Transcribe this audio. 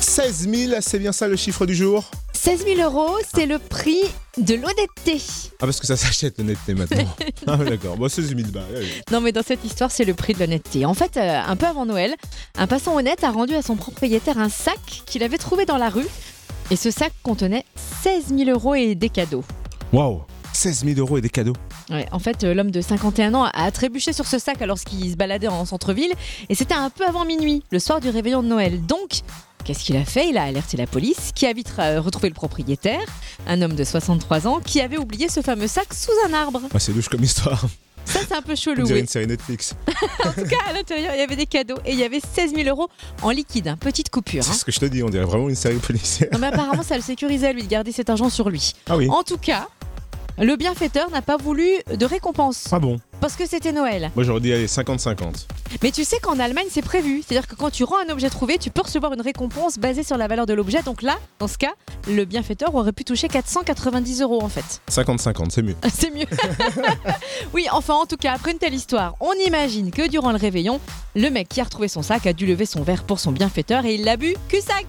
16 000, c'est bien ça le chiffre du jour 16 000 euros, c'est le prix de l'honnêteté. Ah, parce que ça s'achète l'honnêteté maintenant. ah, ouais, d'accord. Bon, 16 000 balles. allez. Non, mais dans cette histoire, c'est le prix de l'honnêteté. En fait, euh, un peu avant Noël, un passant honnête a rendu à son propriétaire un sac qu'il avait trouvé dans la rue. Et ce sac contenait 16 000 euros et des cadeaux. Waouh 16 000 euros et des cadeaux. Ouais, en fait, euh, l'homme de 51 ans a trébuché sur ce sac alors qu'il se baladait en centre-ville. Et c'était un peu avant minuit, le soir du réveillon de Noël. Donc, qu'est-ce qu'il a fait Il a alerté la police, qui a vite euh, retrouvé le propriétaire, un homme de 63 ans, qui avait oublié ce fameux sac sous un arbre. Ah, c'est louche comme histoire. Ça, c'est un peu On chelou. dirait oui. une série Netflix. En tout cas, à l'intérieur, il y avait des cadeaux et il y avait 16 000 euros en liquide, hein, petite coupure. C'est hein. ce que je te dis, on dirait vraiment une série policière. Non, mais apparemment, ça le sécurisait, lui, de garder cet argent sur lui. Ah oui. En tout cas, le bienfaiteur n'a pas voulu de récompense Ah bon parce que c'était Noël. Moi, j'aurais dit, allez, 50-50. Mais tu sais qu'en Allemagne, c'est prévu. C'est-à-dire que quand tu rends un objet trouvé, tu peux recevoir une récompense basée sur la valeur de l'objet. Donc là, dans ce cas, le bienfaiteur aurait pu toucher 490 euros en fait. 50-50, c'est mieux. C'est mieux. oui, enfin, en tout cas, après une telle histoire, on imagine que durant le réveillon, le mec qui a retrouvé son sac a dû lever son verre pour son bienfaiteur et il l'a bu cul-sac.